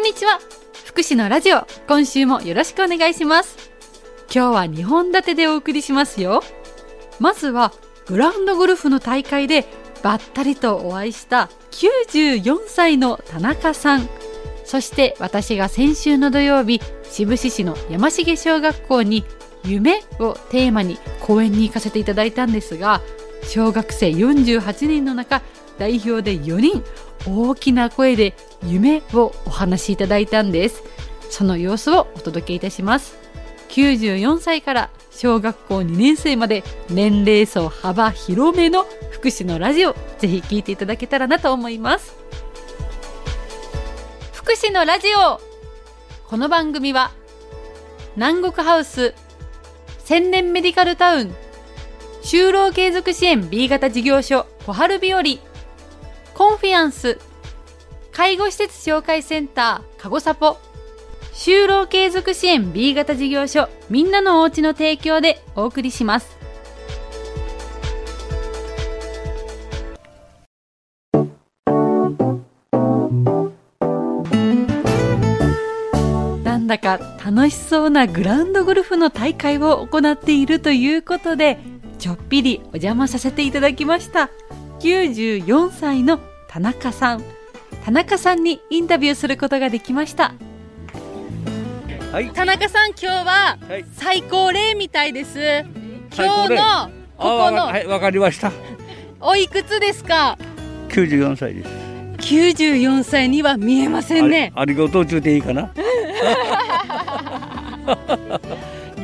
にちは福祉のラジオ今週もよろしくお願いします今日は2本立てでお送りしますよまずはグラウンドゴルフの大会でばったりとお会いした94歳の田中さんそして私が先週の土曜日志布志市の山重小学校に夢をテーマに講演に行かせていただいたんですが小学生48人の中代表で4人大きな声で夢をお話しいただいたんですその様子をお届けいたします94歳から小学校2年生まで年齢層幅広めの福祉のラジオぜひ聞いていただけたらなと思います福祉のラジオこの番組は南国ハウス千年メディカルタウン就労継続支援 B 型事業所小春日和コンフィアンス介護施設紹介センターかごさぽ就労継続支援 B 型事業所みんなのおうちの提供でお送りしますなんだか楽しそうなグラウンドゴルフの大会を行っているということでちょっぴりお邪魔させていただきました94歳の田中さん田中さんにインタビューすることができましたはい。田中さん今日ははい。最高齢みたいです最今高日齢のあここわかのはい、わかりました。おいくつですか九十四歳です。 94歳には見えませんねありありがとう中でいいかな。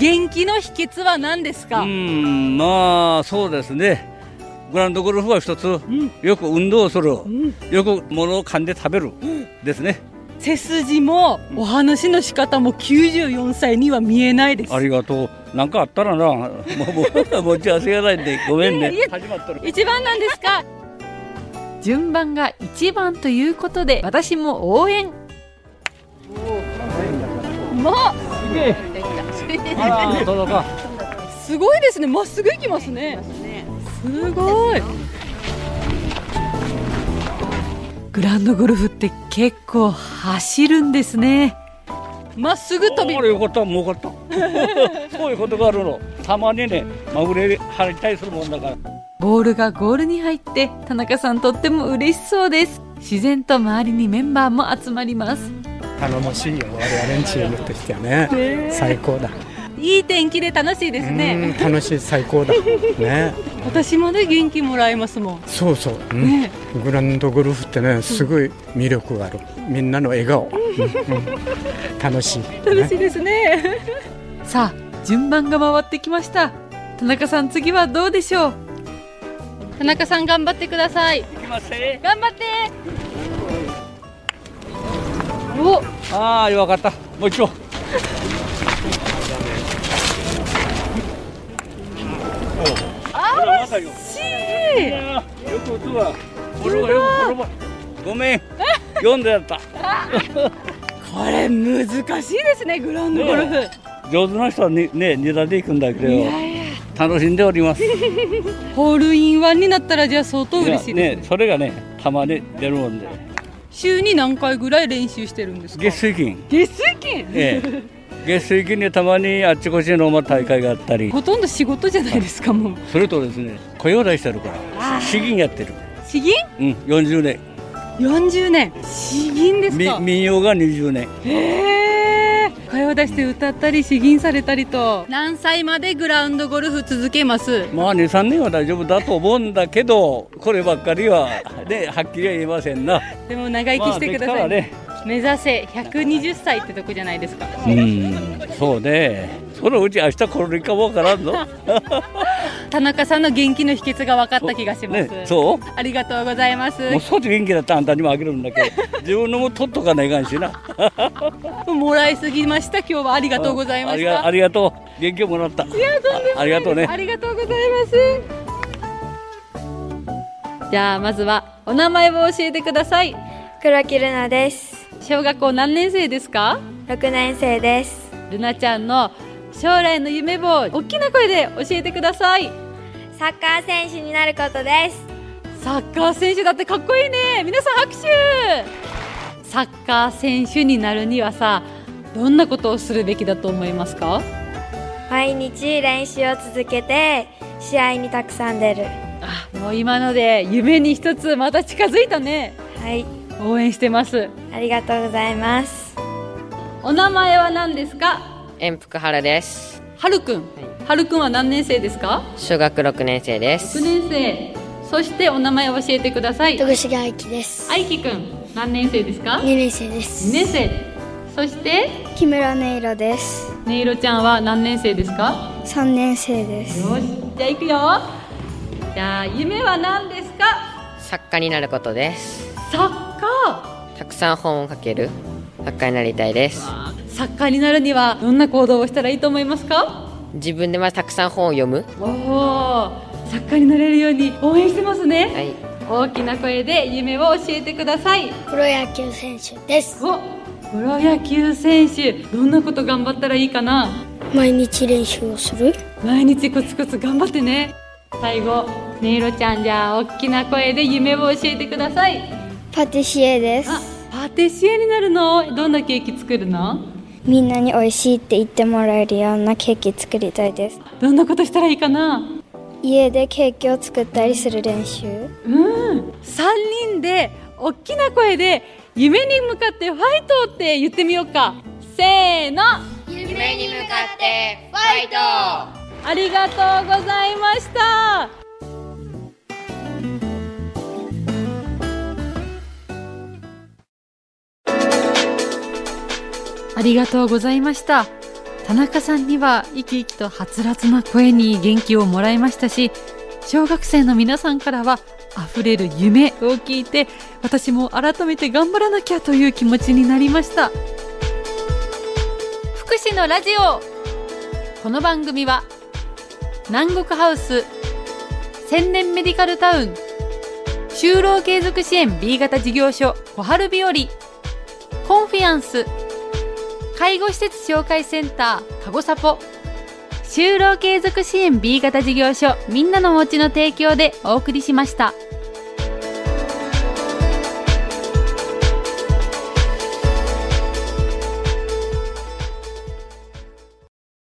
元気の秘訣は何ですうかん、まあそうですね。グラウンドゴルフは一つ、よく運動をする、よく物を噛んで食べる、ですね。背筋もお話の仕方も94歳には見えないですありがとう。なんかあったらな、もうもう 持ち合わせがないんでごめんねいやいや。始まっとる。一番なんですか順番が1番ということで私も応援もああ、どうか。うすごいですねまっすぐ行きますねすごいグラウンドゴルフって結構走るんですねまっすぐ飛びあれよかった、もうかった。 そういうことがあるの。たまにね、まぐれ張りたりするもんだから。ボールがゴールに入って田中さんとっても嬉しそうです自然と周りにメンバーも集まります頼もしいよ我々んチームとしてはね最高だいい天気で楽しいですねうん楽しい最高だね私まで元気もらえますもんそうそう、うんねグラウンドゴルフってねすごい魅力があるみんなの笑顔、うんうん楽しい、楽しいねですねさあ順番が回ってきました田中さん次はどうでしょう田中さん頑張ってください行きません。頑張っておああ、よかった。もう一度。ああ、よしいく打つわ。俺はよく転ば。ごめん。読んでやった。これ難しいですねグラウンドゴルフ、ね上手な人はね、ね、二打で行くんだけど。楽しんでおります。ホールインワンになったらじゃあ相当嬉しいですねね、それがね、たまに出るもんで。週に何回ぐらい練習してるんですか月水金。月水金、ええ。月水金にたまにあっちこっちのま大会があったり。ほとんど仕事じゃないですかもうそれとですね、雇用来してるから。資金やってる。詩吟うん、40年。 40年詩吟ですみか民謡が20年へえ通を出して歌ったり詩吟されたりと何歳までグラウンドゴルフ続けますまあ23年は大丈夫だと思うんだけどこればっかりは、ね、はっきりは言えませんなでも長生きしてください、まあでき目指せ120歳ってとこじゃないですかうんそうねそのうち明日これかもわからん ぞ田中さんの元気の秘訣が分かった気がします、ね、そうありがとうございますもう少し元気だったらあんたにもあげるんだけど自分のも取っとかないかんしなもらいすぎました今日はありがとうございまあしりがたありがとう元気をもらったいやとんでもないですありがとうねありがとうございますじゃあまずはお名前を教えてください黒木ルナです小学校何年生ですか6年生ですルナちゃんの将来の夢を大きな声で教えてくださいサッカー選手になることですサッカー選手だってかっこいいね皆さん拍手サッカー選手になるにはさどんなことをするべきだと思いますか毎日練習を続けて試合にたくさん出るあもう今ので夢に一つまた近づいたねはい応援してますありがとうございますお名前は何ですか遠福原ですはるくんはるくんは何年生ですか小学6年生です6年生そしてお名前を教えてください徳重愛希です。あいきくん何年生ですか2年生で2す。年生そして木村音色です。ねいろちゃんは何年生ですか3年生です。よしじゃあいくよじゃあ夢は何ですか作家になることですサッカたくさん本を書ける作家になりたいですーサッカーになるにはどんな行動をしたらいいと思いますか自分でまあたくさん本を読むおおサッカーになれるように応援してますはねい大きな声で夢を教えてくださいプロ野球選手です。おプロ野球選手どんなこと頑張ったらいいかな毎日練習をする。毎日コツコツ頑張ってね最後ねいろちゃんじゃあ大きな声で夢を教えてくださいパティシエであ。パティシエになるのどんなケーキ作るのみんなに美味しいって言ってもらえるようなケーキ作りたいです。どんなことしたらいいかな家でケーキを作ったりする練習。うん3人で大きな声で夢に向かってファイトって言ってみようかせーの夢に向かってファイトありがとうございましたありがとうございました。田中さんには生き生きとはつらつな声に元気をもらいましたし、小学生の皆さんからは溢れる夢を聞いて、私も改めて頑張らなきゃという気持ちになりました。福祉のラジオこの番組は、南国ハウス、千年メディカルタウン、就労継続支援 B 型事業所小春日和、コンフィアンス、介護施設紹介センターかごさぽ就労継続支援 B 型事業所みんなのおうちの提供でお送りしました。